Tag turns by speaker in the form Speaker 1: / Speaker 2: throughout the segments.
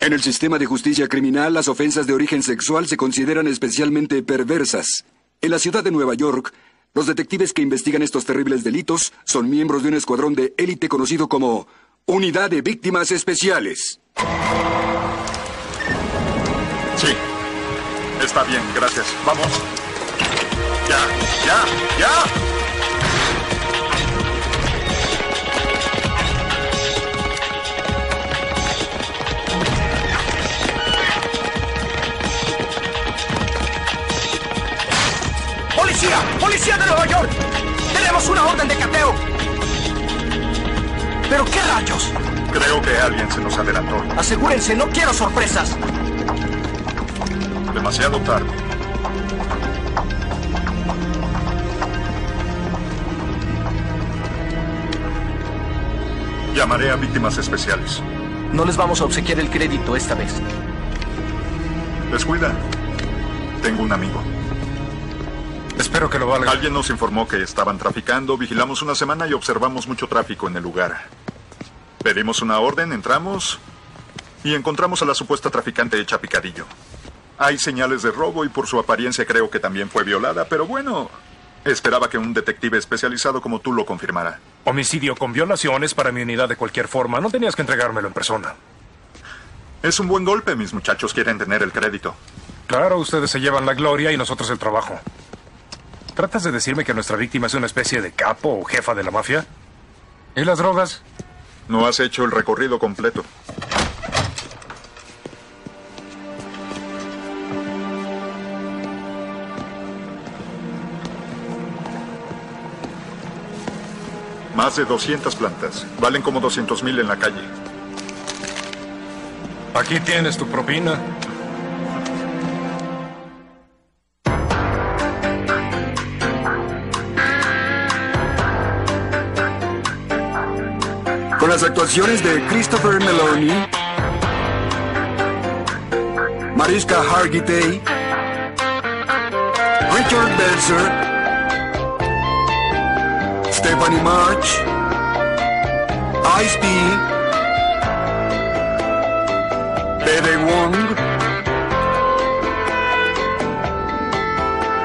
Speaker 1: En el sistema de justicia criminal, las ofensas de origen sexual se consideran especialmente perversas. En la ciudad de Nueva York, los detectives que investigan estos terribles delitos son miembros de un escuadrón de élite conocido como Unidad de Víctimas Especiales.
Speaker 2: Sí. Está bien, gracias. Vamos. Ya, ya, ya.
Speaker 3: ¡Policía! ¡Policía de Nueva York! ¡Tenemos una orden de cateo! ¿Pero qué rayos?
Speaker 2: Creo que alguien se nos adelantó.
Speaker 3: Asegúrense, no quiero sorpresas.
Speaker 2: Demasiado tarde. Llamaré a víctimas especiales.
Speaker 3: No les vamos a obsequiar el crédito esta vez.
Speaker 2: Descuida. Tengo un amigo.
Speaker 4: Espero que lo valga.
Speaker 2: Alguien nos informó que estaban traficando, vigilamos una semana y observamos mucho tráfico en el lugar. Pedimos una orden, entramos y encontramos a la supuesta traficante hecha picadillo. Hay señales de robo y por su apariencia creo que también fue violada, pero bueno, esperaba que un detective especializado como tú lo confirmara.
Speaker 4: Homicidio con violaciones para mi unidad de cualquier forma. No tenías que entregármelo en persona.
Speaker 2: Es un buen golpe, mis muchachos quieren tener el crédito.
Speaker 4: Claro, ustedes se llevan la gloria y nosotros el trabajo. ¿Tratas de decirme que nuestra víctima es una especie de capo o jefa de la mafia? ¿Y las drogas?
Speaker 2: No has hecho el recorrido completo. Más de 200 plantas. Valen como 200 mil en la calle.
Speaker 4: Aquí tienes tu propina.
Speaker 1: Con las actuaciones de Christopher Meloni, Mariska Hargitay, Richard Belzer, Stephanie March, Ice T, Bebe Wong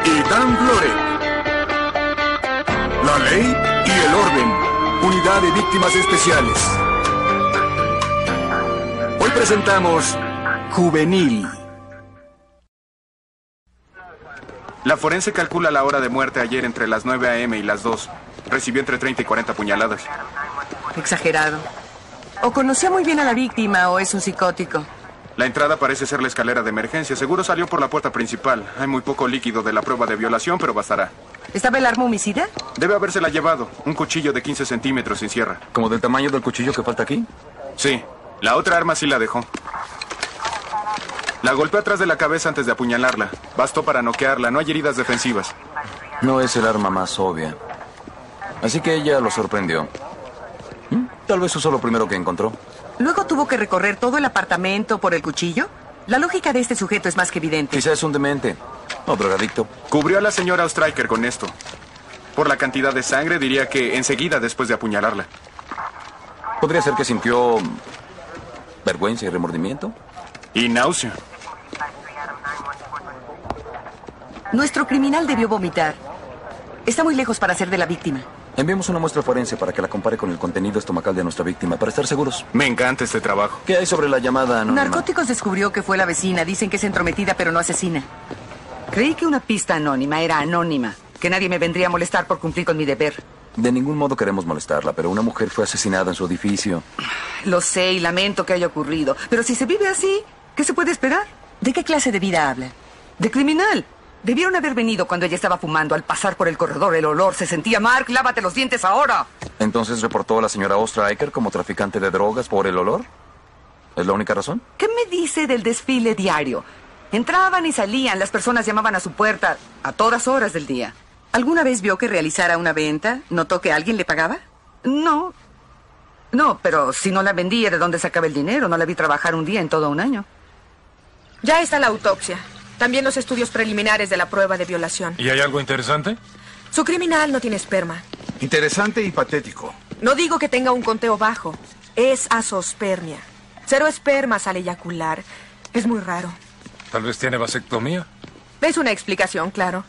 Speaker 1: y Dan Florek. La ley y el orden. Unidad de Víctimas Especiales. Hoy presentamos Juvenil.
Speaker 5: La forense calcula la hora de muerte ayer entre las 9 a.m. y las 2. Recibió entre 30 y 40 puñaladas.
Speaker 6: Exagerado. O conocía muy bien a la víctima o es un psicótico.
Speaker 5: La entrada parece ser la escalera de emergencia. Seguro salió por la puerta principal. Hay muy poco líquido de la prueba de violación, pero bastará.
Speaker 6: ¿Estaba el arma homicida?
Speaker 5: Debe habérsela llevado. Un cuchillo de 15 centímetros sin sierra.
Speaker 7: ¿Como del tamaño del cuchillo que falta aquí?
Speaker 5: Sí. La otra arma sí la dejó. La golpeó atrás de la cabeza antes de apuñalarla. Bastó para noquearla. No hay heridas defensivas.
Speaker 7: No es el arma más obvia. Así que ella lo sorprendió. ¿Mm? Tal vez usó lo primero que encontró.
Speaker 6: Luego tuvo que recorrer todo el apartamento por el cuchillo. La lógica de este sujeto es más que evidente.
Speaker 7: Quizá es un demente o drogadicto.
Speaker 5: Cubrió a la señora Striker con esto. Por la cantidad de sangre diría que enseguida después de apuñalarla.
Speaker 7: Podría ser que sintió vergüenza y remordimiento.
Speaker 5: Y náusea.
Speaker 6: Nuestro criminal debió vomitar. Está muy lejos para ser de la víctima.
Speaker 7: Enviamos una muestra forense para que la compare con el contenido estomacal de nuestra víctima, para estar seguros.
Speaker 5: Me encanta este trabajo.
Speaker 7: ¿Qué hay sobre la llamada anónima?
Speaker 6: Narcóticos descubrió que fue la vecina. Dicen que es entrometida, pero no asesina. Creí que una pista anónima era anónima. Que nadie me vendría a molestar por cumplir con mi deber.
Speaker 7: De ningún modo queremos molestarla, pero una mujer fue asesinada en su edificio.
Speaker 6: Lo sé y lamento que haya ocurrido. Pero si se vive así, ¿qué se puede esperar? ¿De qué clase de vida habla? De criminal. Debieron haber venido cuando ella estaba fumando. Al pasar por el corredor, el olor se sentía. Mark, lávate los dientes ahora.
Speaker 7: Entonces reportó a la señora Ostriker como traficante de drogas por el olor. ¿Es la única razón?
Speaker 6: ¿Qué me dice del desfile diario? Entraban y salían, las personas llamaban a su puerta a todas horas del día. ¿Alguna vez vio que realizara una venta? ¿Notó que alguien le pagaba? No. No, pero si no la vendía, ¿de dónde sacaba el dinero? No la vi trabajar un día en todo un año.
Speaker 8: Ya está la autopsia. También los estudios preliminares de la prueba de violación.
Speaker 4: ¿Y hay algo interesante?
Speaker 8: Su criminal no tiene esperma.
Speaker 9: Interesante y patético.
Speaker 8: No digo que tenga un conteo bajo. Es asospermia. Cero espermas al eyacular. Es muy raro.
Speaker 4: Tal vez tiene vasectomía.
Speaker 8: Es una explicación, claro.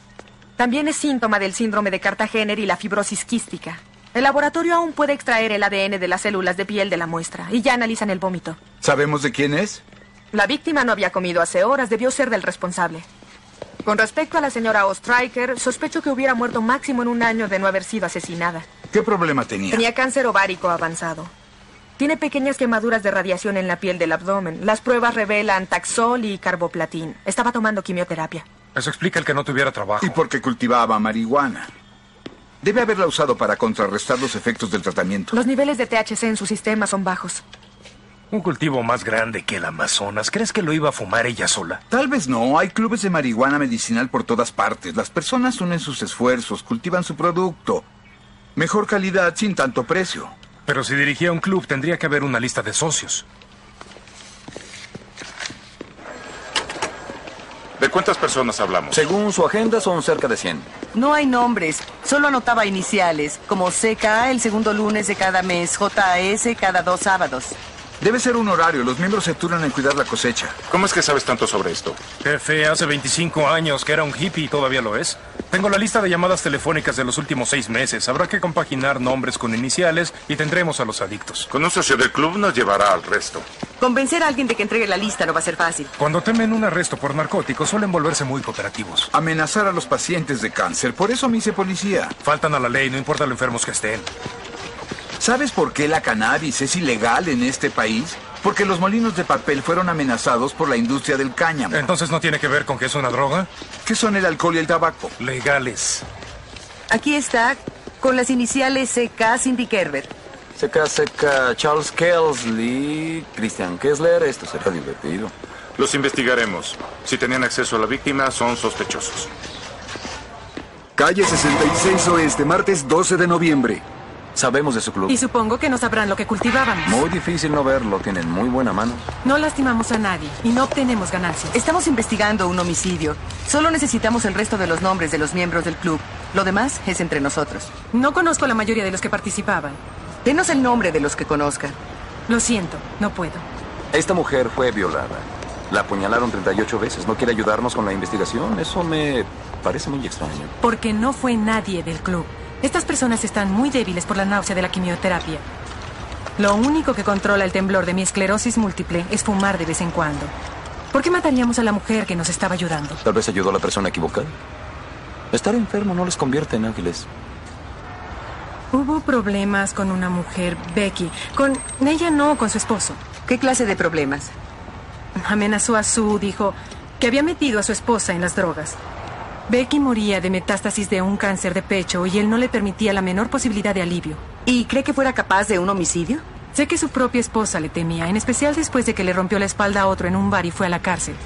Speaker 8: También es síntoma del síndrome de Cartagena y la fibrosis quística. El laboratorio aún puede extraer el ADN de las células de piel de la muestra y ya analizan el vómito.
Speaker 10: ¿Sabemos de quién es?
Speaker 8: La víctima no había comido hace horas, debió ser del responsable. Con respecto a la señora Ostriker, sospecho que hubiera muerto máximo en un año de no haber sido asesinada.
Speaker 10: ¿Qué problema tenía?
Speaker 8: Tenía cáncer ovárico avanzado. Tiene pequeñas quemaduras de radiación en la piel del abdomen. Las pruebas revelan taxol y carboplatín. Estaba tomando quimioterapia.
Speaker 4: Eso explica el que no tuviera trabajo.
Speaker 10: Y porque cultivaba marihuana. Debe haberla usado para contrarrestar los efectos del tratamiento.
Speaker 8: Los niveles de THC en su sistema son bajos.
Speaker 4: Un cultivo más grande que el Amazonas. ¿Crees que lo iba a fumar ella sola?
Speaker 10: Tal vez no. Hay clubes de marihuana medicinal por todas partes. Las personas unen sus esfuerzos, cultivan su producto. Mejor calidad sin tanto precio.
Speaker 4: Pero si dirigía un club, tendría que haber una lista de socios.
Speaker 11: ¿De cuántas personas hablamos?
Speaker 7: Según su agenda, son cerca de 100.
Speaker 6: No hay nombres, solo anotaba iniciales, como CK el segundo lunes de cada mes, JS cada dos sábados.
Speaker 10: Debe ser un horario. Los miembros se turnan en cuidar la cosecha.
Speaker 11: ¿Cómo es que sabes tanto sobre esto?
Speaker 4: Jefe, hace 25 años que era un hippie y todavía lo es. Tengo la lista de llamadas telefónicas de los últimos seis meses. Habrá que compaginar nombres con iniciales y tendremos a los adictos.
Speaker 11: Con un socio del club nos llevará al resto.
Speaker 6: Convencer a alguien de que entregue la lista no va a ser fácil.
Speaker 4: Cuando temen un arresto por narcóticos suelen volverse muy cooperativos.
Speaker 10: Amenazar a los pacientes de cáncer. Por eso me hice policía.
Speaker 4: Faltan a la ley, no importa lo enfermos que estén.
Speaker 10: ¿Sabes por qué la cannabis es ilegal en este país? Porque los molinos de papel fueron amenazados por la industria del cáñamo.
Speaker 4: Entonces no tiene que ver con que es una droga.
Speaker 10: ¿Qué son el alcohol y el tabaco?
Speaker 4: Legales.
Speaker 6: Aquí está, con las iniciales CK Cindy Kerber.
Speaker 7: Seca, seca, Charles Kelsley, Christian Kessler, esto será divertido.
Speaker 11: Los investigaremos. Si tenían acceso a la víctima, son sospechosos.
Speaker 1: Calle 66 Oeste, martes 12 de noviembre.
Speaker 7: Sabemos de su club.
Speaker 12: Y supongo que no sabrán lo que cultivábamos.
Speaker 7: Muy difícil no verlo, tienen muy buena mano.
Speaker 12: No lastimamos a nadie y no obtenemos ganancias.
Speaker 6: Estamos investigando un homicidio. Solo necesitamos el resto de los nombres de los miembros del club. Lo demás es entre nosotros.
Speaker 12: No conozco la mayoría de los que participaban.
Speaker 6: Denos el nombre de los que conozcan.
Speaker 12: Lo siento, no puedo.
Speaker 7: Esta mujer fue violada. La apuñalaron 38 veces. ¿No quiere ayudarnos con la investigación? Eso me parece muy extraño.
Speaker 12: Porque no fue nadie del club. Estas personas están muy débiles por la náusea de la quimioterapia. Lo único que controla el temblor de mi esclerosis múltiple es fumar de vez en cuando. ¿Por qué mataríamos a la mujer que nos estaba ayudando?
Speaker 7: Tal vez ayudó a la persona equivocada. Estar enfermo no les convierte en ángeles.
Speaker 12: Hubo problemas con una mujer, Becky. Con ella no, con su esposo.
Speaker 6: ¿Qué clase de problemas?
Speaker 12: Amenazó a Sue, dijo que había metido a su esposa en las drogas. Becky moría de metástasis de un cáncer de pecho y él no le permitía la menor posibilidad de alivio.
Speaker 6: ¿Y cree que fuera capaz de un homicidio?
Speaker 12: Sé que su propia esposa le temía, en especial después de que le rompió la espalda a otro en un bar y fue a la cárcel.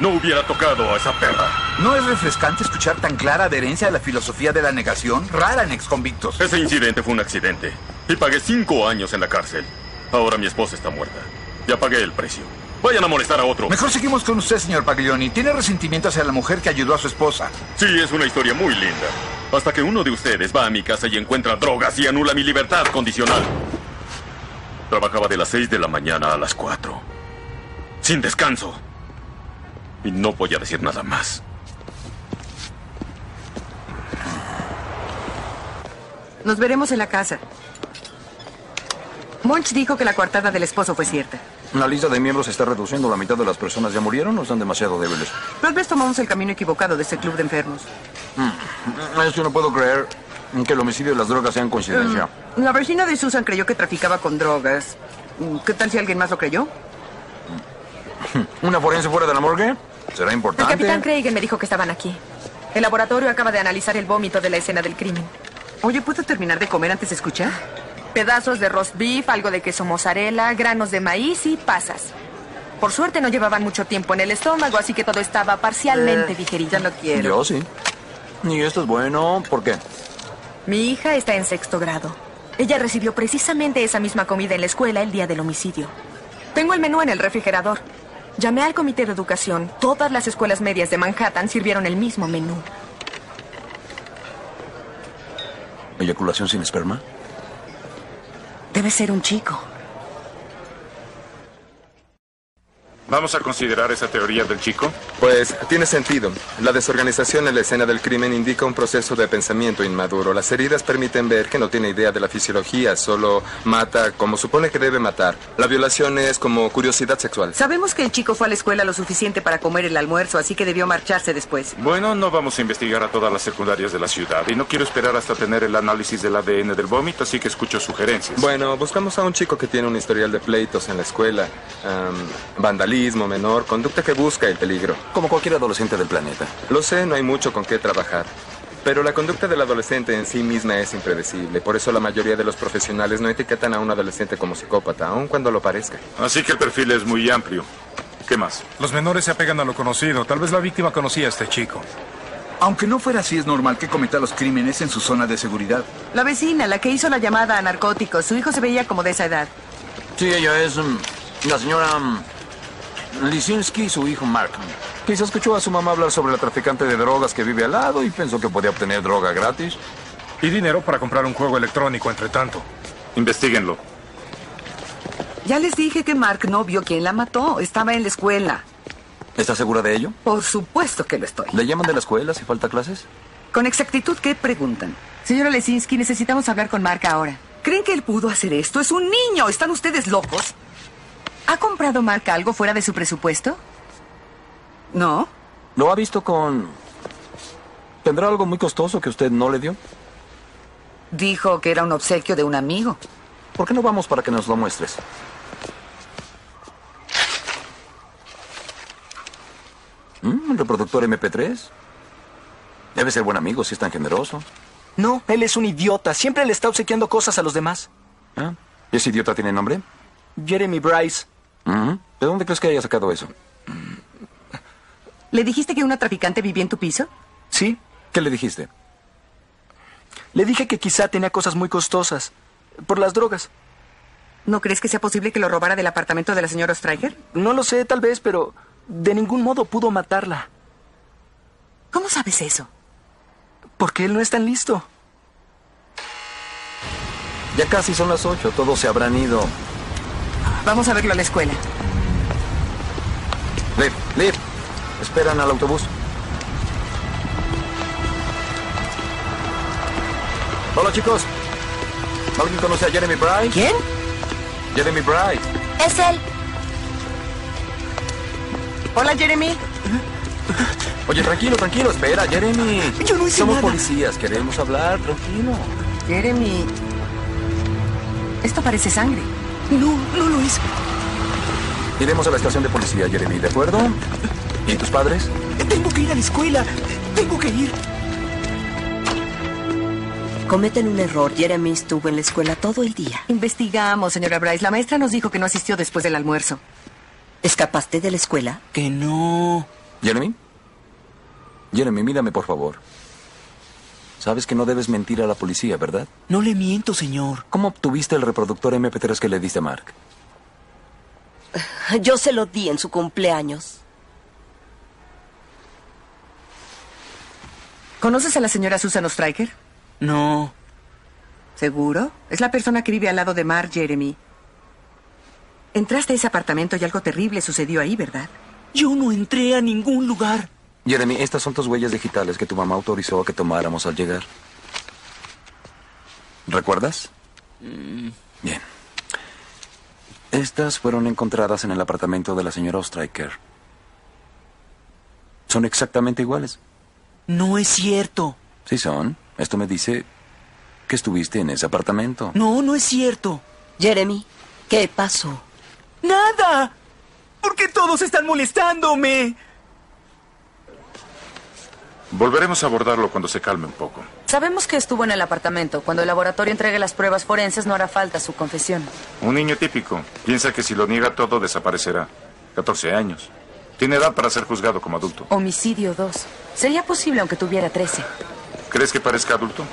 Speaker 11: No hubiera tocado a esa perra.
Speaker 10: ¿No es refrescante escuchar tan clara adherencia a la filosofía de la negación? Rara en exconvictos.
Speaker 11: Ese incidente fue un accidente. Y pagué cinco años en la cárcel. Ahora mi esposa está muerta. Ya pagué el precio. Vayan a molestar a otro.
Speaker 10: Mejor seguimos con usted, señor Paglioni. Tiene resentimiento hacia la mujer que ayudó a su esposa.
Speaker 11: Sí, es una historia muy linda. Hasta que uno de ustedes va a mi casa y encuentra drogas y anula mi libertad condicional. Trabajaba de las 6 de la mañana a las 4. Sin descanso. Y no voy a decir nada más.
Speaker 6: Nos veremos en la casa. Monch dijo que la coartada del esposo fue cierta.
Speaker 7: La lista de miembros se está reduciendo. La mitad de las personas ya murieron o están demasiado débiles.
Speaker 6: Tal vez tomamos el camino equivocado de este club de enfermos.
Speaker 7: Yo Mm, no puedo creer que el homicidio y las drogas sean coincidencia.
Speaker 6: Mm, La vecina de Susan creyó que traficaba con drogas. Mm, ¿Qué tal si alguien más lo creyó?
Speaker 7: ¿Una forense fuera de la morgue? Será
Speaker 8: El
Speaker 7: importante.
Speaker 8: capitán Craig me dijo que estaban aquí. El laboratorio acaba de analizar el vómito de la escena del crimen.
Speaker 6: Oye, ¿puedo terminar de comer antes de escuchar?
Speaker 8: Pedazos de roast beef, algo de queso mozzarella, granos de maíz y pasas. Por suerte no llevaban mucho tiempo en el estómago, así que todo estaba parcialmente
Speaker 6: Eh,
Speaker 8: digerido.
Speaker 6: Ya no quiero.
Speaker 7: Yo sí. Y esto es bueno, ¿por qué?
Speaker 8: Mi hija está en sexto grado. Ella recibió precisamente esa misma comida en la escuela el día del homicidio. Tengo el menú en el refrigerador. Llamé al comité de educación. Todas las escuelas medias de Manhattan sirvieron el mismo menú.
Speaker 7: ¿Eyaculación sin esperma?
Speaker 6: Debe ser un chico.
Speaker 13: ¿Vamos a considerar esa teoría del chico?
Speaker 14: Pues tiene sentido. La desorganización en la escena del crimen indica un proceso de pensamiento inmaduro. Las heridas permiten ver que no tiene idea de la fisiología, solo mata como supone que debe matar. La violación es como curiosidad sexual.
Speaker 6: Sabemos que el chico fue a la escuela lo suficiente para comer el almuerzo, así que debió marcharse después.
Speaker 13: Bueno, no vamos a investigar a todas las secundarias de la ciudad y no quiero esperar hasta tener el análisis del ADN del vómito, así que escucho sugerencias.
Speaker 14: Bueno, buscamos a un chico que tiene un historial de pleitos en la escuela, em, vandalismo menor, conducta que busca el peligro.
Speaker 7: Como cualquier adolescente del planeta.
Speaker 14: Lo sé, no hay mucho con qué trabajar. Pero la conducta del adolescente en sí misma es impredecible. Por eso la mayoría de los profesionales no etiquetan a un adolescente como psicópata, aun cuando lo parezca.
Speaker 13: Así que el perfil es muy amplio. ¿Qué más?
Speaker 4: Los menores se apegan a lo conocido. Tal vez la víctima conocía a este chico.
Speaker 10: Aunque no fuera así, es normal que cometa los crímenes en su zona de seguridad.
Speaker 6: La vecina, la que hizo la llamada a narcóticos, su hijo se veía como de esa edad.
Speaker 7: Sí, ella es mm, la señora mm, Lisinski y su hijo Mark.
Speaker 14: Quizá escuchó a su mamá hablar sobre la traficante de drogas que vive al lado y
Speaker 7: Pensó que podía obtener droga gratis.
Speaker 4: Y dinero para comprar un juego electrónico, entre tanto.
Speaker 13: Investíguenlo.
Speaker 6: Ya les dije que Mark no vio quién la mató. Estaba en la escuela.
Speaker 7: ¿Estás segura de ello?
Speaker 6: Por supuesto que lo estoy.
Speaker 7: ¿Le llaman de la escuela si falta clases?
Speaker 6: Con exactitud, ¿qué preguntan?
Speaker 15: Señora Lesinski, necesitamos hablar con Mark ahora.
Speaker 6: ¿Creen que él pudo hacer esto? Es un niño. ¿Están ustedes locos?
Speaker 15: ¿Ha comprado Mark algo fuera de su presupuesto?
Speaker 6: No.
Speaker 7: ¿Lo ha visto con... ¿Tendrá algo muy costoso que usted no le dio?
Speaker 6: Dijo que era un obsequio de un amigo.
Speaker 7: ¿Por qué no vamos para que nos lo muestres? Mm, ¿Un reproductor MP3? Debe ser buen amigo si es tan generoso.
Speaker 16: No, él es un idiota. Siempre le está obsequiando cosas a los demás.
Speaker 7: ¿Ah? ¿Y ese idiota tiene nombre?
Speaker 16: Jeremy Bryce.
Speaker 7: Ujú. ¿De dónde crees que haya sacado eso?
Speaker 15: ¿Le dijiste que una traficante vivía en tu piso?
Speaker 16: Sí.
Speaker 7: ¿Qué le dijiste?
Speaker 16: Le dije que quizá tenía cosas muy costosas. Por las drogas.
Speaker 6: ¿No crees que sea posible que lo robara del apartamento de la señora Stryker?
Speaker 16: No lo sé, tal vez, pero de ningún modo pudo matarla.
Speaker 15: ¿Cómo sabes eso?
Speaker 16: Porque él no es tan listo.
Speaker 7: Ya casi son las ocho, todos se habrán ido.
Speaker 15: Vamos a verlo a la escuela.
Speaker 7: Liv, Liv, esperan al autobús. Hola chicos. ¿Alguien conoce a Jeremy Bryce?
Speaker 15: ¿Quién?
Speaker 7: Jeremy Bryce.
Speaker 17: Es él.
Speaker 6: Hola, Jeremy.
Speaker 7: Oye, tranquilo, tranquilo, espera, Jeremy.
Speaker 6: Yo no hice
Speaker 7: Somos
Speaker 6: nada.
Speaker 7: policías, queremos hablar, tranquilo.
Speaker 6: Jeremy.
Speaker 15: Esto parece sangre.
Speaker 6: No, no lo hizo.
Speaker 7: Iremos a la estación de policía, Jeremy, ¿de acuerdo? ¿Y tus padres?
Speaker 16: Tengo que ir a la escuela. Tengo que ir.
Speaker 18: Cometen un error. Jeremy estuvo en la escuela todo el día.
Speaker 6: Investigamos, señora Bryce. La maestra nos dijo que no asistió después del almuerzo.
Speaker 18: ¿Escapaste de la escuela?
Speaker 16: Que no.
Speaker 7: ¿Jeremy? Jeremy, mírame, por favor. Sabes que no debes mentir a la policía, ¿verdad?
Speaker 16: No le miento, señor.
Speaker 7: ¿Cómo obtuviste el reproductor MP3 que le diste a Mark?
Speaker 18: Yo se lo di en su cumpleaños.
Speaker 6: ¿Conoces a la señora Susan Stryker?
Speaker 16: No.
Speaker 6: ¿Seguro? Es la persona que vive al lado de Mar, Jeremy. Entraste a ese apartamento y algo terrible sucedió ahí, ¿verdad?
Speaker 16: Yo no entré a ningún lugar.
Speaker 7: Jeremy, estas son tus huellas digitales que tu mamá autorizó a que tomáramos al llegar. ¿Recuerdas?
Speaker 16: Mm.
Speaker 7: Bien. Estas fueron encontradas en el apartamento de la señora Ostriker. Son exactamente iguales.
Speaker 16: No es cierto.
Speaker 7: Sí son. Esto me dice que estuviste en ese apartamento.
Speaker 16: No, no es cierto.
Speaker 18: Jeremy, ¿qué pasó?
Speaker 16: Nada. ¿Por qué todos están molestándome?
Speaker 13: Volveremos a abordarlo cuando se calme un poco.
Speaker 19: Sabemos que estuvo en el apartamento. Cuando el laboratorio entregue las pruebas forenses no hará falta su confesión.
Speaker 13: Un niño típico. Piensa que si lo niega todo desaparecerá. 14 años. Tiene edad para ser juzgado como adulto.
Speaker 19: Homicidio 2. Sería posible aunque tuviera 13.
Speaker 13: ¿Crees que parezca adulto?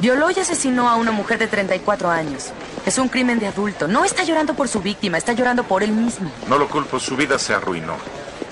Speaker 19: Violó y asesinó a una mujer de 34 años. Es un crimen de adulto. No está llorando por su víctima, está llorando por él mismo.
Speaker 13: No lo culpo, su vida se arruinó.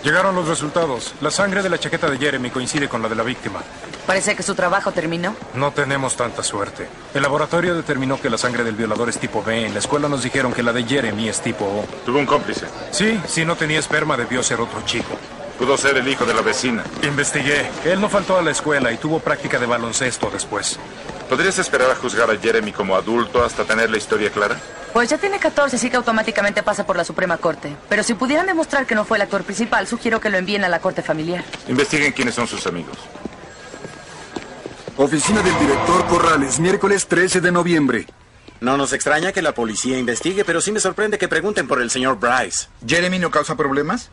Speaker 4: Llegaron los resultados. La sangre de la chaqueta de Jeremy coincide con la de la víctima.
Speaker 19: Parece que su trabajo terminó.
Speaker 4: No tenemos tanta suerte. El laboratorio determinó que la sangre del violador es tipo B. En la escuela nos dijeron que la de Jeremy es tipo O.
Speaker 13: Tuvo un cómplice.
Speaker 4: Sí, si no tenía esperma debió ser otro chico.
Speaker 13: Pudo ser el hijo de la vecina.
Speaker 4: Investigué. Él no faltó a la escuela y tuvo práctica de baloncesto después.
Speaker 13: ¿Podrías esperar a juzgar a Jeremy como adulto hasta tener la historia clara?
Speaker 19: Pues ya tiene 14, así que automáticamente pasa por la Suprema Corte. Pero si pudieran demostrar que no fue el actor principal, sugiero que lo envíen a la Corte Familiar.
Speaker 13: Investiguen quiénes son sus amigos.
Speaker 1: Oficina del director Corrales, miércoles 13 de noviembre.
Speaker 17: No nos extraña que la policía investigue, pero sí me sorprende que pregunten por el señor Bryce.
Speaker 10: ¿Jeremy no causa problemas?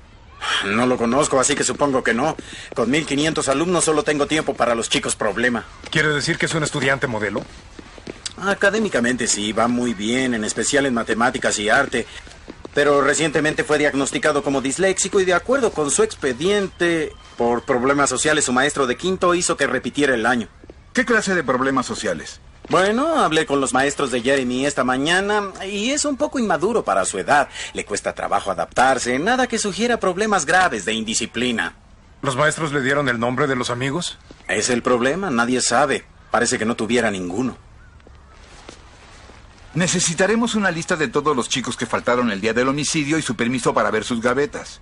Speaker 17: No lo conozco, así que supongo que no. Con 1500 alumnos solo tengo tiempo para los chicos problema.
Speaker 4: ¿Quiere decir que es un estudiante modelo?
Speaker 17: Académicamente sí, va muy bien, en especial en matemáticas y arte. Pero recientemente fue diagnosticado como disléxico y de acuerdo con su expediente, por problemas sociales su maestro de quinto hizo que repitiera el año.
Speaker 10: ¿Qué clase de problemas sociales?
Speaker 17: Bueno, hablé con los maestros de Jeremy esta mañana y es un poco inmaduro para su edad. Le cuesta trabajo adaptarse, nada que sugiera problemas graves de indisciplina.
Speaker 4: ¿Los maestros le dieron el nombre de los amigos?
Speaker 17: Es el problema, nadie sabe. Parece que no tuviera ninguno.
Speaker 10: Necesitaremos una lista de todos los chicos que faltaron el día del homicidio y su permiso para ver sus gavetas.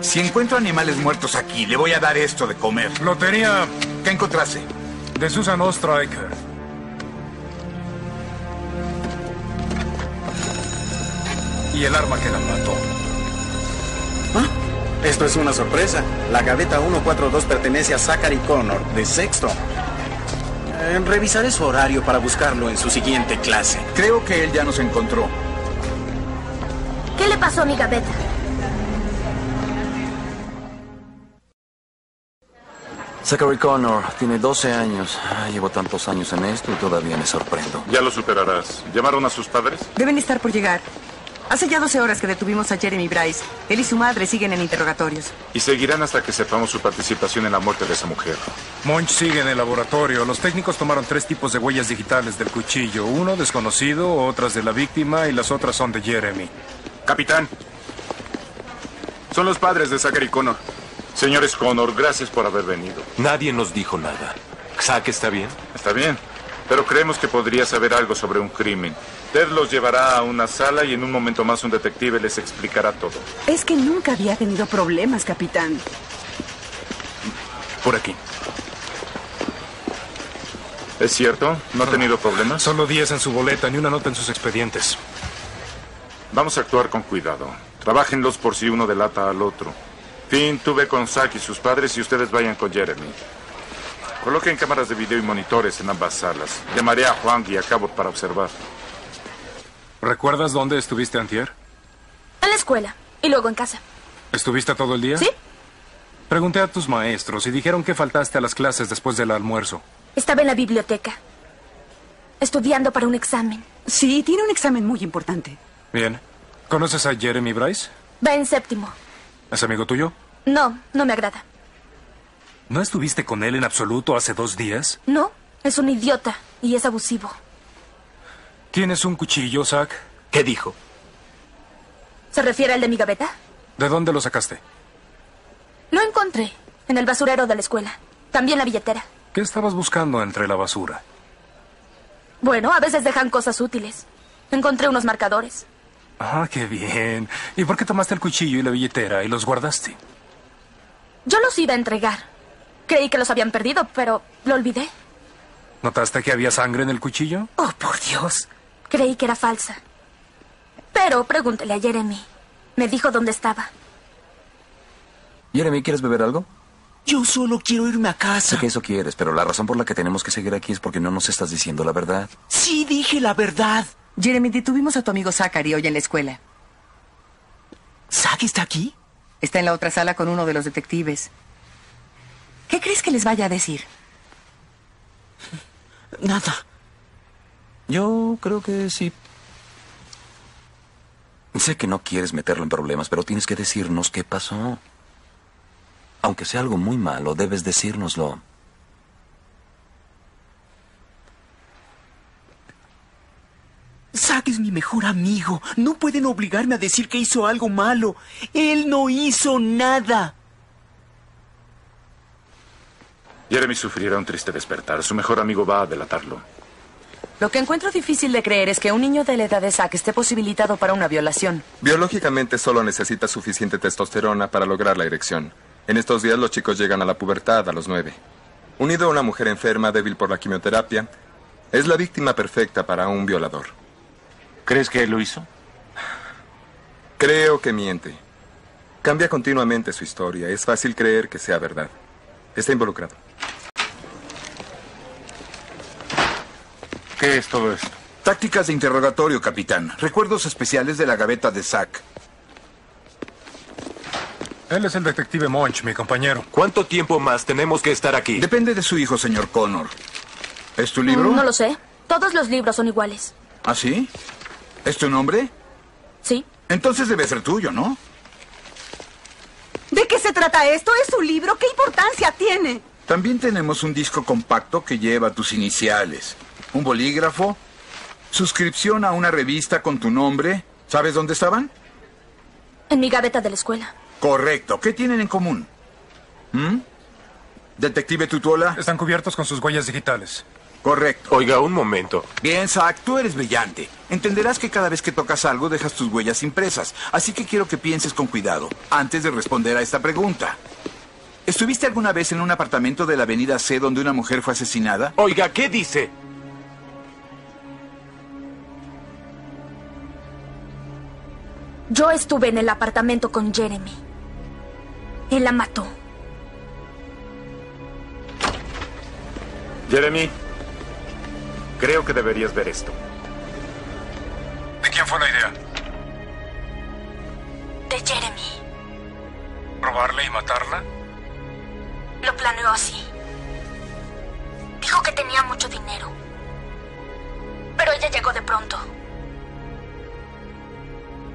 Speaker 10: Si encuentro animales muertos aquí, le voy a dar esto de comer.
Speaker 4: Lotería
Speaker 10: ¿Qué encontraste?
Speaker 4: de Susan Ostriker. Y el arma que la mató.
Speaker 17: Ah. Esto es una sorpresa. La gaveta 142 pertenece a Zachary Connor, de sexto. Eh, revisaré su horario para buscarlo en su siguiente clase.
Speaker 10: Creo que él ya nos encontró.
Speaker 20: ¿Qué le pasó a mi gaveta?
Speaker 7: Zachary Connor tiene 12 años. Ah, llevo tantos años en esto y todavía me sorprendo.
Speaker 13: Ya lo superarás. ¿Llamaron a sus padres?
Speaker 6: Deben estar por llegar. Hace ya 12 horas que detuvimos a Jeremy Bryce. Él y su madre siguen en interrogatorios.
Speaker 13: Y seguirán hasta que sepamos su participación en la muerte de esa mujer.
Speaker 4: Monch sigue en el laboratorio. Los técnicos tomaron tres tipos de huellas digitales del cuchillo. Uno desconocido, otras de la víctima y las otras son de Jeremy.
Speaker 13: Capitán. Son los padres de Zachary Connor. Señores Connor, gracias por haber venido.
Speaker 21: Nadie nos dijo nada. ¿Zack está bien?
Speaker 13: Está bien, pero creemos que podría saber algo sobre un crimen. Ted los llevará a una sala y en un momento más un detective les explicará todo.
Speaker 15: Es que nunca había tenido problemas, capitán.
Speaker 21: Por aquí.
Speaker 13: ¿Es cierto? ¿No ha tenido problemas?
Speaker 4: Solo 10 en su boleta, ni una nota en sus expedientes.
Speaker 13: Vamos a actuar con cuidado. Trabájenlos por si uno delata al otro. Finn, tú ve con Zack y sus padres y ustedes vayan con Jeremy. Coloquen cámaras de video y monitores en ambas salas. Llamaré a Juan y a Cabot para observar.
Speaker 4: ¿Recuerdas dónde estuviste antier?
Speaker 20: En la escuela y luego en casa.
Speaker 4: ¿Estuviste todo el día?
Speaker 20: Sí.
Speaker 4: Pregunté a tus maestros y dijeron que faltaste a las clases después del almuerzo.
Speaker 20: Estaba en la biblioteca. Estudiando para un examen.
Speaker 15: Sí, tiene un examen muy importante.
Speaker 4: Bien. ¿Conoces a Jeremy Bryce?
Speaker 20: Va en séptimo.
Speaker 4: ¿Es amigo tuyo?
Speaker 20: No, no me agrada.
Speaker 4: ¿No estuviste con él en absoluto hace dos días?
Speaker 20: No, es un idiota y es abusivo.
Speaker 4: ¿Tienes un cuchillo, Zack?
Speaker 21: ¿Qué dijo?
Speaker 20: ¿Se refiere al de mi gaveta?
Speaker 4: ¿De dónde lo sacaste?
Speaker 20: Lo encontré en el basurero de la escuela. También la billetera.
Speaker 4: ¿Qué estabas buscando entre la basura?
Speaker 20: Bueno, a veces dejan cosas útiles. Encontré unos marcadores.
Speaker 4: Ah, qué bien. ¿Y por qué tomaste el cuchillo y la billetera y los guardaste?
Speaker 20: Yo los iba a entregar. Creí que los habían perdido, pero lo olvidé.
Speaker 4: ¿Notaste que había sangre en el cuchillo?
Speaker 20: Oh, por Dios. Creí que era falsa. Pero pregúntele a Jeremy. Me dijo dónde estaba.
Speaker 7: Jeremy, ¿quieres beber algo?
Speaker 18: Yo solo quiero irme a
Speaker 7: Sé
Speaker 18: casa.
Speaker 7: que eso quieres, pero la razón por la que tenemos que seguir aquí es porque no nos estás diciendo la verdad.
Speaker 15: Sí, dije la verdad. Jeremy, detuvimos a tu amigo Zachary hoy en la escuela. ¿Zack está aquí? Está en la otra sala con uno de los detectives. ¿Qué crees que les vaya a decir?
Speaker 18: Nada.
Speaker 7: Yo creo que sí. Sé que no quieres meterlo en problemas, pero tienes que decirnos qué pasó. Aunque sea algo muy malo, debes decírnoslo.
Speaker 3: Zack es mi mejor amigo. No pueden obligarme a decir que hizo algo malo. Él no hizo nada.
Speaker 13: Jeremy sufrirá un triste despertar. Su mejor amigo va a delatarlo.
Speaker 19: Lo que encuentro difícil de creer es que un niño de la edad de Zack esté posibilitado para una violación.
Speaker 14: Biológicamente solo necesita suficiente testosterona para lograr la erección. En estos días los chicos llegan a la pubertad a los nueve. Unido a una mujer enferma débil por la quimioterapia, es la víctima perfecta para un violador.
Speaker 21: ¿Crees que él lo hizo?
Speaker 14: Creo que miente. Cambia continuamente su historia. Es fácil creer que sea verdad. Está involucrado.
Speaker 10: ¿Qué es todo esto? Tácticas de interrogatorio, capitán. Recuerdos especiales de la gaveta de Zack.
Speaker 4: Él es el detective Monch, mi compañero.
Speaker 21: ¿Cuánto tiempo más tenemos que estar aquí?
Speaker 10: Depende de su hijo, señor Connor. ¿Es tu libro?
Speaker 20: Mm, No lo sé. Todos los libros son iguales.
Speaker 10: ¿Ah, sí? ¿Es tu nombre?
Speaker 20: Sí.
Speaker 10: Entonces debe ser tuyo, ¿no?
Speaker 8: ¿De qué se trata esto? ¿Es un libro? ¿Qué importancia tiene?
Speaker 10: También tenemos un disco compacto que lleva tus iniciales, un bolígrafo, suscripción a una revista con tu nombre. ¿Sabes dónde estaban?
Speaker 20: En mi gaveta de la escuela.
Speaker 10: Correcto. ¿Qué tienen en común? ¿Mm? Detective Tutuola.
Speaker 4: Están cubiertos con sus huellas digitales.
Speaker 10: Correcto.
Speaker 21: Oiga, un momento.
Speaker 10: Bien, Zack, tú eres brillante. Entenderás que cada vez que tocas algo dejas tus huellas impresas, así que quiero que pienses con cuidado antes de responder a esta pregunta. ¿Estuviste alguna vez en un apartamento de la avenida C donde una mujer fue asesinada?
Speaker 21: Oiga, ¿qué dice?
Speaker 20: Yo estuve en el apartamento con Jeremy. Él la mató.
Speaker 13: Jeremy, creo que deberías ver esto.
Speaker 4: ¿De quién fue la idea?
Speaker 20: De Jeremy.
Speaker 4: ¿Robarle y matarla?
Speaker 20: Lo planeó así. Dijo que tenía mucho dinero. Pero ella llegó de pronto.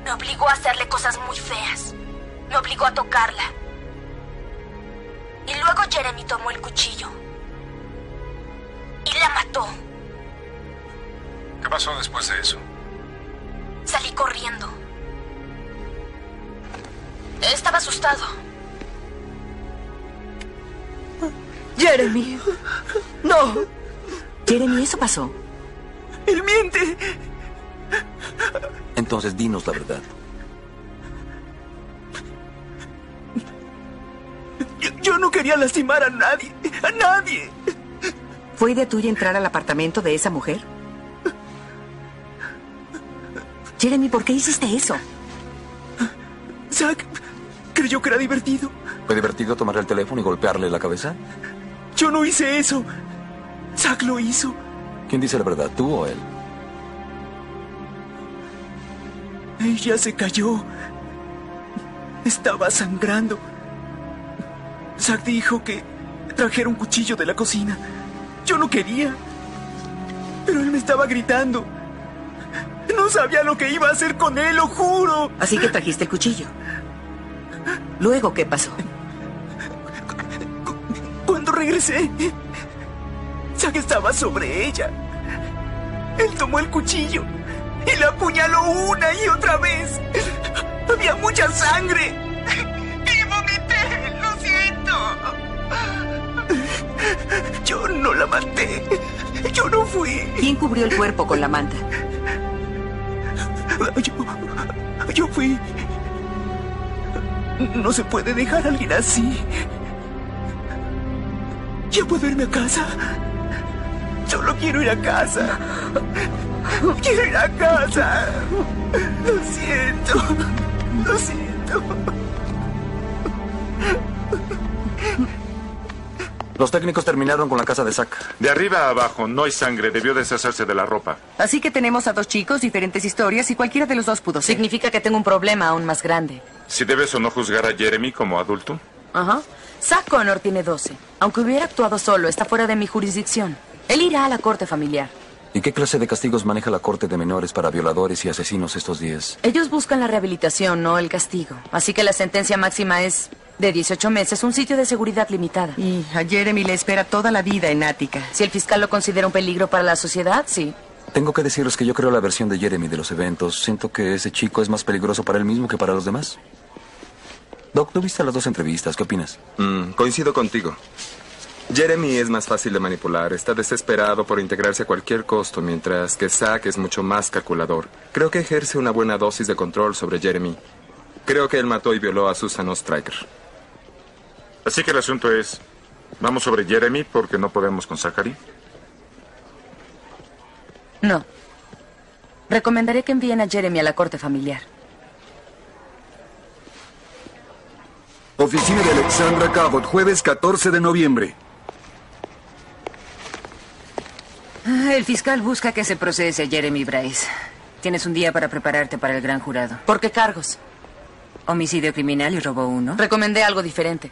Speaker 20: Me obligó a hacerle cosas muy feas. Me obligó a tocarla. Y luego Jeremy tomó el cuchillo. Y la mató.
Speaker 4: ¿Qué pasó después de eso?
Speaker 20: Salí corriendo. Estaba asustado.
Speaker 15: Jeremy. No. Jeremy, eso pasó.
Speaker 3: Él miente.
Speaker 7: Entonces dinos la verdad.
Speaker 3: Yo, yo no quería lastimar a nadie. A nadie.
Speaker 6: ¿Fue idea tuya entrar al apartamento de esa mujer?
Speaker 15: Jeremy, ¿por qué hiciste eso?
Speaker 3: Zack creyó que era divertido.
Speaker 7: ¿Fue divertido tomar el teléfono y golpearle la cabeza?
Speaker 3: Yo no hice eso. Zack lo hizo.
Speaker 7: ¿Quién dice la verdad, tú o él?
Speaker 3: Ella se cayó. Estaba sangrando. Zack dijo que trajera un cuchillo de la cocina. Yo no quería. Pero él me estaba gritando. No sabía lo que iba a hacer con él, lo juro.
Speaker 6: Así que trajiste el cuchillo. Luego, ¿qué pasó?
Speaker 3: Cuando regresé, Zack estaba sobre ella. Él tomó el cuchillo y la apuñaló una y otra vez. Había mucha sangre.
Speaker 16: ¡Y vomité! ¡Lo siento!
Speaker 3: Yo no la maté. Yo no fui.
Speaker 6: ¿Quién cubrió el cuerpo con la manta?
Speaker 3: Yo, yo fui. No se puede dejar a alguien así. Ya puedo irme a casa. Solo quiero ir a casa. Quiero ir a casa. Lo siento. Lo siento.
Speaker 7: Los técnicos terminaron con la casa de Zack.
Speaker 13: De arriba a abajo, no hay sangre. Debió deshacerse de la ropa.
Speaker 6: Así que tenemos a dos chicos, diferentes historias y cualquiera de los dos pudo ser.
Speaker 19: Significa que tengo un problema aún más grande.
Speaker 13: Si debes o no juzgar a Jeremy como adulto.
Speaker 19: Ajá. Zack Connor tiene 12. Aunque hubiera actuado solo, está fuera de mi jurisdicción. Él irá a la corte familiar.
Speaker 7: ¿Y qué clase de castigos maneja la Corte de Menores para violadores y asesinos estos días?
Speaker 19: Ellos buscan la rehabilitación, no el castigo. Así que la sentencia máxima es de 18 meses, un sitio de seguridad limitada.
Speaker 6: Y a Jeremy le espera toda la vida en Ática.
Speaker 19: Si el fiscal lo considera un peligro para la sociedad, sí.
Speaker 7: Tengo que deciros que yo creo la versión de Jeremy de los eventos. Siento que ese chico es más peligroso para él mismo que para los demás. Doc, ¿tú viste las dos entrevistas? ¿Qué opinas?
Speaker 14: Mm, coincido contigo. Jeremy es más fácil de manipular, está desesperado por integrarse a cualquier costo, mientras que Zack es mucho más calculador. Creo que ejerce una buena dosis de control sobre Jeremy. Creo que él mató y violó a Susan Ostriker.
Speaker 13: Así que el asunto es, vamos sobre Jeremy porque no podemos con Zachary.
Speaker 19: No. Recomendaré que envíen a Jeremy a la corte familiar.
Speaker 1: Oficina de Alexandra Cabot, jueves 14 de noviembre.
Speaker 22: Ah, El fiscal busca que se procese a Jeremy Bryce. Tienes un día para prepararte para el gran jurado.
Speaker 19: ¿Por qué cargos?
Speaker 22: Homicidio criminal y robo uno.
Speaker 19: Recomendé algo diferente.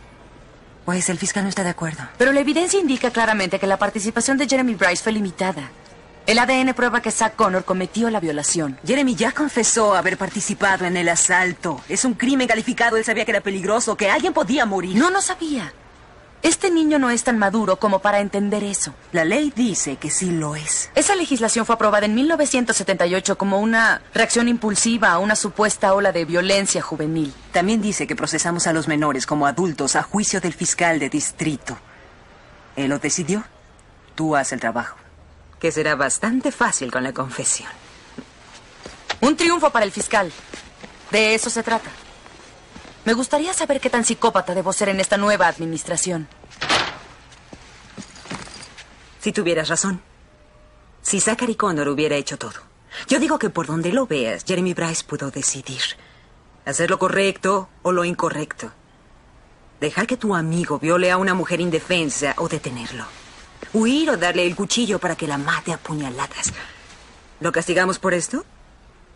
Speaker 22: Pues el fiscal no está de acuerdo.
Speaker 19: Pero la evidencia indica claramente que la participación de Jeremy Bryce fue limitada. El ADN prueba que Zack Connor cometió la violación.
Speaker 22: Jeremy ya confesó haber participado en el asalto. Es un crimen calificado. Él sabía que era peligroso, que alguien podía morir.
Speaker 19: No, no sabía. Este niño no es tan maduro como para entender eso.
Speaker 22: La ley dice que sí lo es.
Speaker 19: Esa legislación fue aprobada en 1978 como una reacción impulsiva a una supuesta ola de violencia juvenil.
Speaker 22: También dice que procesamos a los menores como adultos Pues a juicio del fiscal de distrito. Él lo decidió. Tú haz el trabajo.
Speaker 19: Que será bastante fácil con la confesión. Un triunfo para el fiscal. De eso se trata. Me gustaría saber qué tan psicópata debo ser en esta nueva administración.
Speaker 22: Si tuvieras razón. Si Zachary Connor hubiera hecho todo. Yo digo que por donde lo veas, Jeremy Bryce pudo decidir. Hacer lo correcto o lo incorrecto. Dejar que tu amigo viole a una mujer indefensa o detenerlo. Huir o darle el cuchillo para que la mate a puñaladas. ¿Lo castigamos por esto?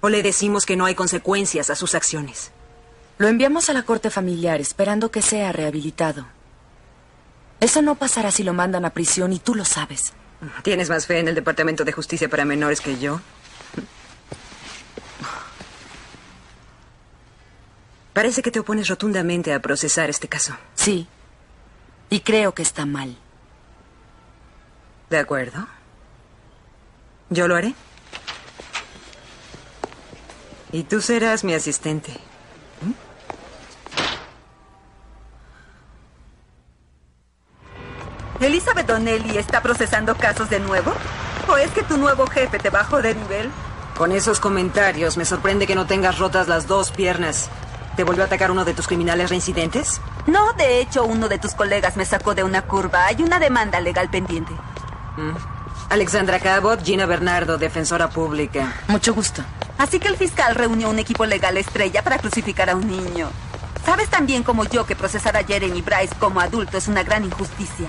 Speaker 22: ¿O le decimos que no hay consecuencias a sus acciones?
Speaker 19: Lo enviamos a la corte familiar esperando que sea rehabilitado. Eso no pasará si lo mandan a prisión y tú lo sabes.
Speaker 22: ¿Tienes más fe en el Departamento de Justicia para Menores que yo? Parece que te opones rotundamente a procesar este caso.
Speaker 19: Sí. Y creo que está mal.
Speaker 22: De acuerdo. Yo lo haré. Y tú serás mi asistente.
Speaker 23: ¿Elizabeth Donnelly está procesando casos de nuevo? ¿O es que tu nuevo jefe te bajó de nivel?
Speaker 22: Con esos comentarios, me sorprende que no tengas rotas las dos piernas. ¿Te volvió a atacar uno de tus criminales reincidentes?
Speaker 23: No, de hecho, uno de tus colegas me sacó de una curva. Hay una demanda legal pendiente.
Speaker 22: Mm. Alexandra Cabot, Gina Bernardo, defensora pública.
Speaker 19: Mucho gusto.
Speaker 23: Así que el fiscal reunió un equipo legal estrella para crucificar a un niño. Sabes tan bien como yo que procesar a Jeremy Bryce como adulto es una gran injusticia.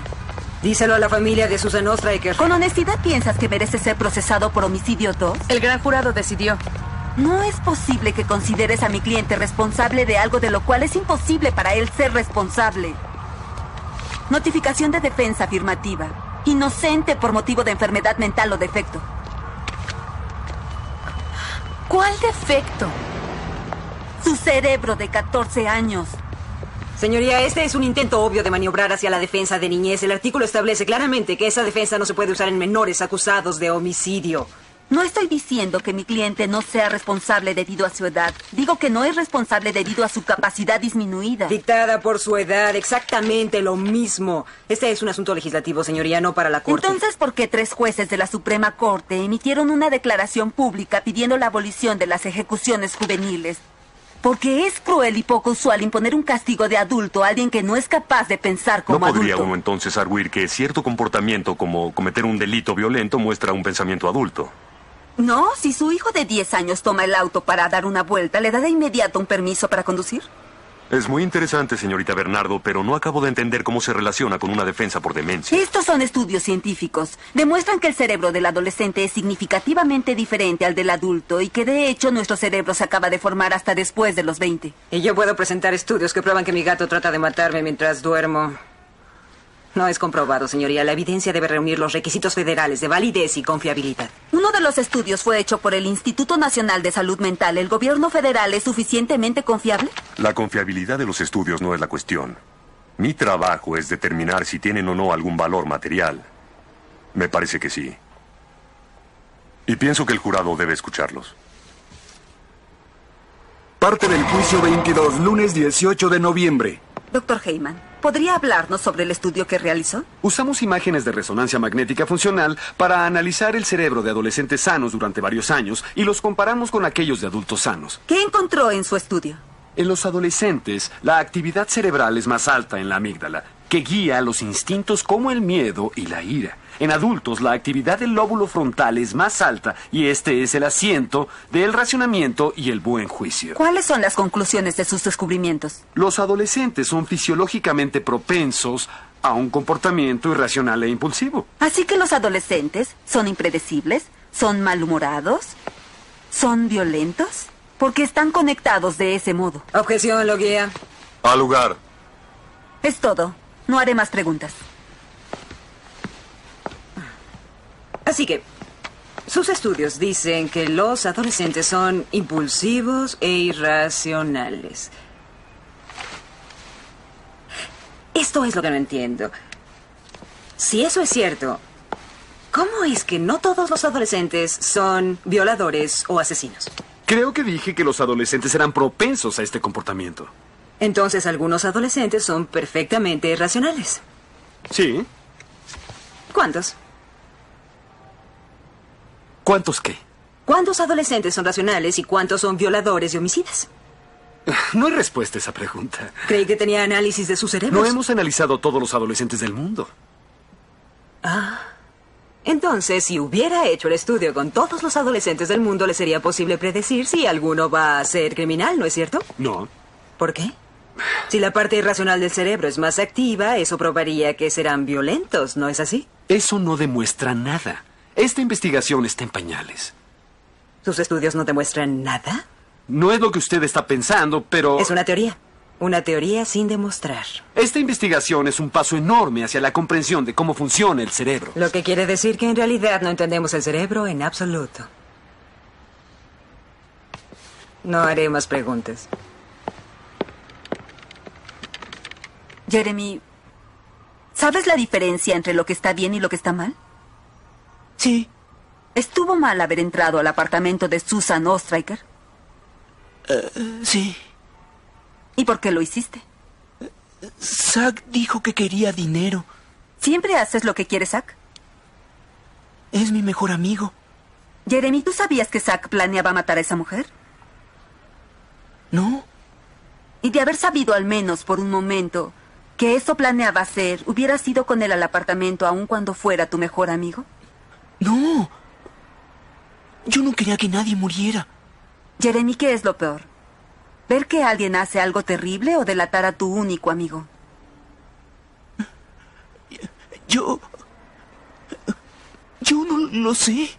Speaker 22: Díselo a la familia de Susan Ostriker.
Speaker 23: ¿Con honestidad piensas que merece ser procesado por homicidio 2?
Speaker 19: El gran jurado decidió.
Speaker 23: No es posible que consideres a mi cliente responsable de algo de lo cual es imposible para él ser responsable. Notificación de defensa afirmativa. Inocente por motivo de enfermedad mental o defecto.
Speaker 19: ¿Cuál defecto?
Speaker 23: Su cerebro de 14 años.
Speaker 22: Señoría, este es un intento obvio de maniobrar hacia la defensa de niñez. El artículo establece claramente que esa defensa no se puede usar en menores acusados de homicidio.
Speaker 23: No estoy diciendo que mi cliente no sea responsable debido a su edad. Digo que no es responsable debido a su capacidad disminuida.
Speaker 22: Dictada por su edad, exactamente lo mismo. Este es un asunto legislativo, señoría, no para la Corte.
Speaker 23: Entonces, ¿por qué tres jueces de la Suprema Corte emitieron una declaración pública pidiendo la abolición de las ejecuciones juveniles? Porque es cruel y poco usual imponer un castigo de adulto a alguien que no es capaz de pensar como
Speaker 11: ¿No podría
Speaker 23: adulto.
Speaker 11: uno entonces arguir que cierto comportamiento como cometer un delito violento muestra un pensamiento adulto?
Speaker 23: No, si su hijo de 10 años toma el auto para dar una vuelta, ¿le da de inmediato un permiso para conducir?
Speaker 11: Es muy interesante, señorita Bernardo, pero no acabo de entender cómo se relaciona con una defensa por demencia.
Speaker 23: Estos son estudios científicos. Demuestran que el cerebro del adolescente es significativamente diferente al del adulto y que de hecho nuestro cerebro se acaba de formar hasta después de los 20.
Speaker 22: Y yo puedo presentar estudios que prueban que mi gato trata de matarme mientras duermo. No es comprobado, señoría. La evidencia debe reunir los requisitos federales de validez y confiabilidad.
Speaker 23: Uno de los estudios fue hecho por el Instituto Nacional de Salud Mental. ¿El gobierno federal es suficientemente confiable?
Speaker 11: La confiabilidad de los estudios no es la cuestión. Mi trabajo es determinar si tienen o no algún valor material. Me parece que sí. Y Y pienso que el jurado debe escucharlos.
Speaker 1: Parte del juicio 22, lunes 18 de noviembre.
Speaker 23: Doctor Heyman, ¿podría hablarnos sobre el estudio que realizó?
Speaker 24: Usamos imágenes de resonancia magnética funcional para analizar el cerebro de adolescentes sanos durante varios años y los comparamos con aquellos de adultos sanos.
Speaker 23: ¿Qué encontró en su estudio?
Speaker 24: En los adolescentes, la actividad cerebral es más alta en la amígdala, que guía los instintos como el miedo y la ira. En adultos, la actividad del lóbulo frontal es más alta y este es el asiento del racionamiento y el buen juicio.
Speaker 23: ¿Cuáles son las conclusiones de sus descubrimientos?
Speaker 24: Los adolescentes son fisiológicamente propensos a un comportamiento irracional e impulsivo.
Speaker 23: Así que los adolescentes son impredecibles, son malhumorados, son violentos, porque están conectados de ese modo.
Speaker 22: Objeción, lo guía.
Speaker 11: Al lugar.
Speaker 23: Es todo. No haré más preguntas.
Speaker 22: Así que, sus estudios dicen que los adolescentes son impulsivos e irracionales. Esto es lo que no entiendo. Si eso es cierto, ¿cómo es que no todos los adolescentes son violadores o asesinos?
Speaker 24: Creo que dije que los adolescentes eran propensos a este comportamiento.
Speaker 22: Entonces algunos adolescentes son perfectamente irracionales.
Speaker 24: Sí.
Speaker 22: ¿Cuántos?
Speaker 24: ¿Cuántos qué?
Speaker 22: ¿Cuántos adolescentes son racionales y cuántos son violadores y homicidas?
Speaker 24: No hay respuesta a esa pregunta.
Speaker 22: Creí que tenía análisis de sus cerebros.
Speaker 24: No hemos analizado todos los adolescentes del mundo.
Speaker 22: Ah. Entonces, si hubiera hecho el estudio con todos los adolescentes del mundo, le sería posible predecir si alguno va a ser criminal, ¿no es cierto?
Speaker 24: No.
Speaker 22: ¿Por qué? Si la parte irracional del cerebro es más activa, eso probaría que serán violentos, ¿no es así?
Speaker 24: Eso no demuestra nada. Esta investigación está en pañales.
Speaker 22: ¿Sus estudios no demuestran nada?
Speaker 24: No es lo que usted está pensando, pero...
Speaker 22: Es una teoría. Una teoría sin demostrar.
Speaker 24: Esta investigación es un paso enorme hacia la comprensión de cómo funciona el cerebro.
Speaker 22: Lo que quiere decir que en realidad no entendemos el cerebro en absoluto. No haré más preguntas.
Speaker 23: Jeremy, ¿sabes la diferencia entre lo que está bien y lo que está mal?
Speaker 24: Sí.
Speaker 23: ¿Estuvo mal haber entrado al apartamento de Susan Ostreicher?
Speaker 3: Uh, sí.
Speaker 23: ¿Y por qué lo hiciste?
Speaker 3: Zack dijo que quería dinero.
Speaker 23: ¿Siempre haces lo que quiere Zack?
Speaker 3: Es mi mejor amigo.
Speaker 23: Jeremy, ¿tú sabías que Zack planeaba matar a esa mujer?
Speaker 3: No.
Speaker 23: Y de haber sabido al menos por un momento que eso planeaba hacer, ¿hubieras ido con él al apartamento aun cuando fuera tu mejor amigo?
Speaker 3: No. Yo no quería que nadie muriera.
Speaker 23: Jeremy, ¿qué es lo peor? ¿Ver que alguien hace algo terrible o delatar a tu único amigo?
Speaker 3: Yo... Yo no lo sé.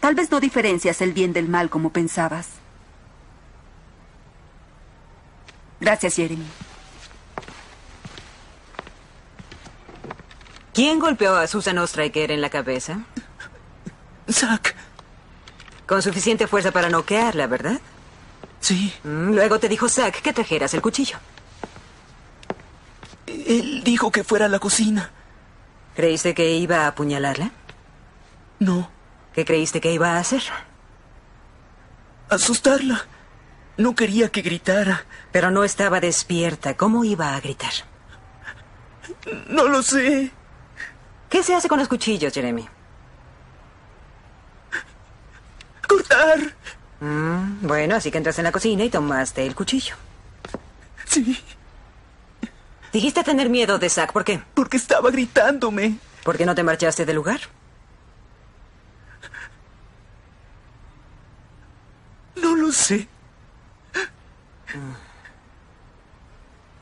Speaker 23: Tal vez no diferencias el bien del mal como pensabas. Gracias, Jeremy.
Speaker 22: ¿Quién golpeó a Susan Ostriker en la cabeza?
Speaker 3: Zack.
Speaker 22: Con suficiente fuerza para noquearla, ¿verdad? Mm,
Speaker 3: Sí.
Speaker 22: Luego te dijo Zack que trajeras el cuchillo.
Speaker 3: Él dijo que fuera a la cocina.
Speaker 22: ¿Creíste que iba a apuñalarla?
Speaker 3: No.
Speaker 22: ¿Qué creíste que iba a hacer?
Speaker 3: Asustarla. No quería que gritara.
Speaker 22: Pero no estaba despierta. ¿Cómo iba a gritar?
Speaker 3: No lo sé.
Speaker 22: ¿Qué se hace con los cuchillos, Jeremy?
Speaker 3: Cortar.
Speaker 22: Mm, bueno, así que entraste en la cocina y tomaste el cuchillo.
Speaker 3: Sí.
Speaker 22: Dijiste tener miedo de Zack. ¿Por qué?
Speaker 3: Porque estaba gritándome.
Speaker 22: ¿Por qué no te marchaste del lugar?
Speaker 3: No lo sé.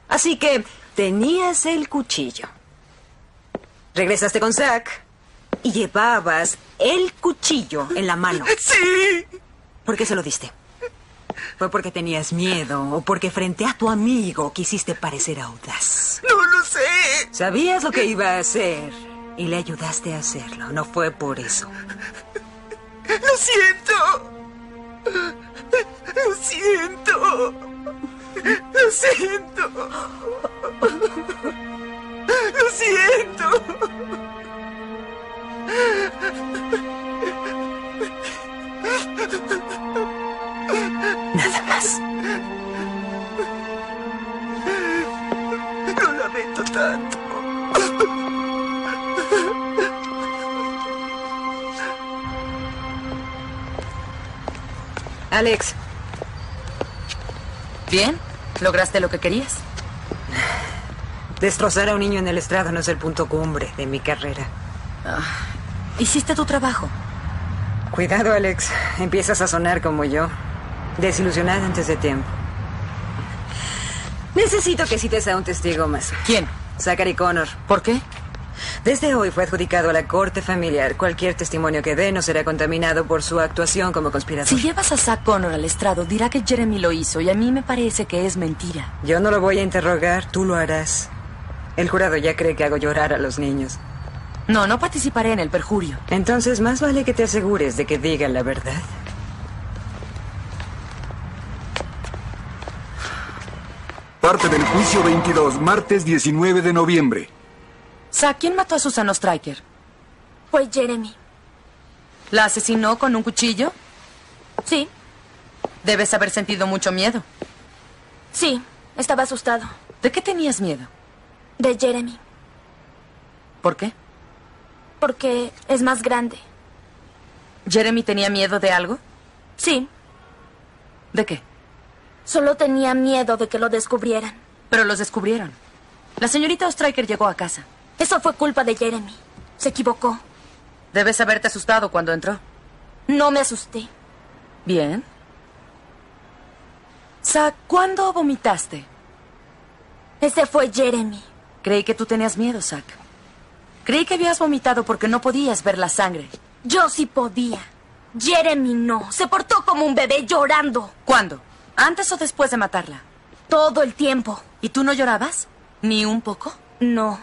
Speaker 22: Así que tenías el cuchillo. Regresaste con Zack y llevabas el cuchillo en la mano.
Speaker 3: ¡Sí!
Speaker 22: ¿Por qué se lo diste? ¿Fue porque tenías miedo o porque frente a tu amigo quisiste parecer audaz?
Speaker 3: ¡No lo sé!
Speaker 22: Sabías lo que iba a hacer y le ayudaste a hacerlo. No fue por eso.
Speaker 3: ¡Lo siento! ¡Lo siento! ¡Lo siento! ¡Lo siento!
Speaker 19: Alex. ¿Bien? ¿Lograste lo que querías?
Speaker 22: Destrozar a un niño en el estrado no es el punto cumbre de mi carrera.
Speaker 19: Ah, Hiciste tu trabajo.
Speaker 22: Cuidado, Alex. Empiezas a sonar como yo. Desilusionada antes de tiempo. Necesito que cites a un testigo más.
Speaker 19: ¿Quién?
Speaker 22: Zachary Connor.
Speaker 19: ¿Por qué?
Speaker 22: Desde hoy fue adjudicado a la corte familiar. Cualquier testimonio que dé no será contaminado por su actuación como conspirador.
Speaker 19: Si llevas a Zack Connor al estrado, dirá que Jeremy lo hizo y a mí me parece que es mentira.
Speaker 22: Yo no lo voy a interrogar, tú lo harás. El jurado ya cree que hago llorar a los niños.
Speaker 19: No, no participaré en el perjurio.
Speaker 22: Entonces, más vale que te asegures de que diga la verdad.
Speaker 1: Parte del juicio 22, martes 19 de noviembre.
Speaker 19: Zack, ¿quién mató a Susano Stryker?
Speaker 20: Fue Jeremy.
Speaker 19: ¿La asesinó con un cuchillo?
Speaker 20: Sí,
Speaker 19: Debes haber sentido mucho miedo.
Speaker 20: sí, estaba asustado.
Speaker 19: ¿De qué tenías miedo?
Speaker 20: De Jeremy,
Speaker 19: ¿Por qué?
Speaker 20: porque es más grande.
Speaker 19: ¿Jeremy tenía miedo de algo?
Speaker 20: Sí,
Speaker 19: ¿De qué?
Speaker 20: solo tenía miedo de que lo descubrieran.
Speaker 19: Pero los descubrieron. La señorita Ostriker llegó a casa.
Speaker 20: Eso fue culpa de Jeremy. Se equivocó.
Speaker 19: Debes haberte asustado cuando entró.
Speaker 20: No me asusté.
Speaker 19: Bien. Zack, ¿cuándo vomitaste?
Speaker 20: Ese fue Jeremy.
Speaker 19: Creí que tú tenías miedo, Zack. Creí que habías vomitado porque no podías ver la sangre.
Speaker 20: Yo sí podía. Jeremy no. Se portó como un bebé llorando.
Speaker 19: ¿Cuándo? ¿Antes o después de matarla?
Speaker 20: Todo el tiempo.
Speaker 19: ¿Y tú no llorabas? ¿Ni un poco?
Speaker 20: No.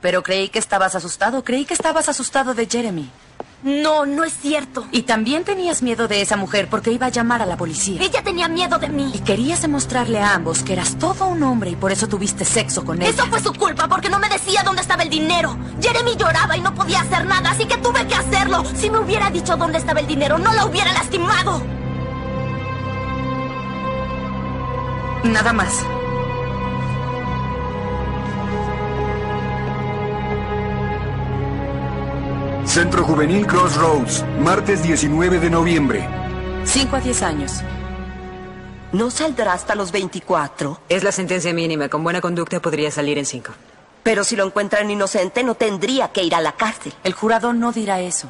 Speaker 19: Pero creí que estabas asustado. Creí que estabas asustado de Jeremy.
Speaker 20: No, no es cierto.
Speaker 19: Y también tenías miedo de esa mujer porque iba a llamar a la policía.
Speaker 20: Ella tenía miedo de mí.
Speaker 19: Y querías demostrarle a ambos que eras todo un hombre y por eso tuviste sexo con ella.
Speaker 20: Eso fue su culpa porque no me decía dónde estaba el dinero. Jeremy lloraba y no podía hacer nada, así que tuve que hacerlo. Si me hubiera dicho dónde estaba el dinero, no la hubiera lastimado.
Speaker 19: Nada más.
Speaker 1: Centro Juvenil Crossroads, martes 19 de noviembre.
Speaker 19: 5 a 10 años.
Speaker 22: ¿No saldrá hasta los 24? Es la sentencia mínima. Con buena conducta podría salir en cinco.
Speaker 18: Pero si lo encuentran inocente, no tendría que ir a la cárcel.
Speaker 19: El jurado no dirá eso.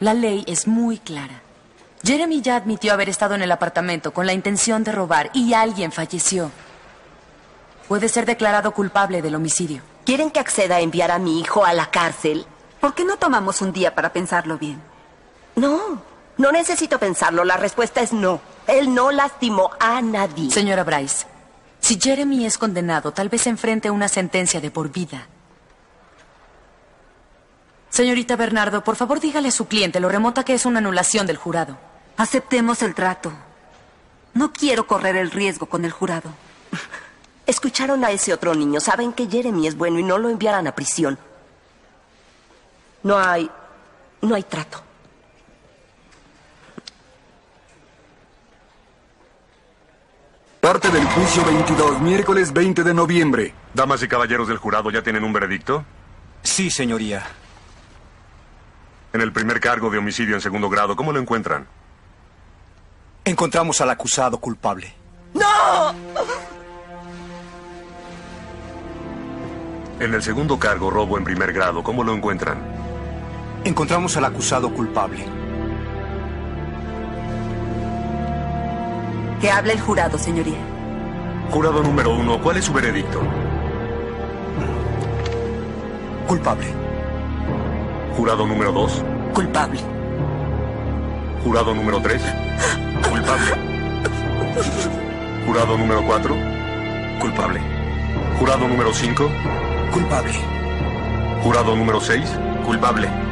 Speaker 19: La ley es muy clara. Jeremy ya admitió haber estado en el apartamento con la intención de robar y alguien falleció. Puede ser declarado culpable del homicidio.
Speaker 18: ¿Quieren que acceda a enviar a mi hijo a la cárcel?
Speaker 23: ¿Por qué no tomamos un día para pensarlo bien?
Speaker 18: No, no necesito pensarlo. La respuesta es no. Él no lastimó a nadie.
Speaker 19: Señora Bryce, si Jeremy es condenado, tal vez enfrente una sentencia de por vida. Señorita Bernardo, por favor dígale a su cliente lo remota que es una anulación del jurado.
Speaker 23: Aceptemos el trato. No quiero correr el riesgo con el jurado.
Speaker 18: Escucharon a ese otro niño. Saben que Jeremy es bueno y no lo enviarán a prisión. No hay. No hay trato.
Speaker 1: Parte del juicio 22, miércoles 20 de noviembre.
Speaker 11: Damas y caballeros del jurado, ¿ya tienen un veredicto?
Speaker 12: Sí, señoría.
Speaker 11: En el primer cargo de homicidio en segundo grado, ¿cómo lo encuentran?
Speaker 12: Encontramos al acusado culpable.
Speaker 18: ¡No!
Speaker 11: En el segundo cargo, robo en primer grado, ¿cómo lo encuentran?
Speaker 12: Encontramos al acusado culpable.
Speaker 23: Que hable el jurado, señoría.
Speaker 11: Jurado número uno, ¿cuál es su veredicto?
Speaker 12: Culpable.
Speaker 11: Jurado número dos,
Speaker 23: Culpable.
Speaker 11: jurado número tres, culpable. Jurado número cuatro, culpable. Jurado número cinco,
Speaker 12: Culpable.
Speaker 11: Jurado número 6, culpable.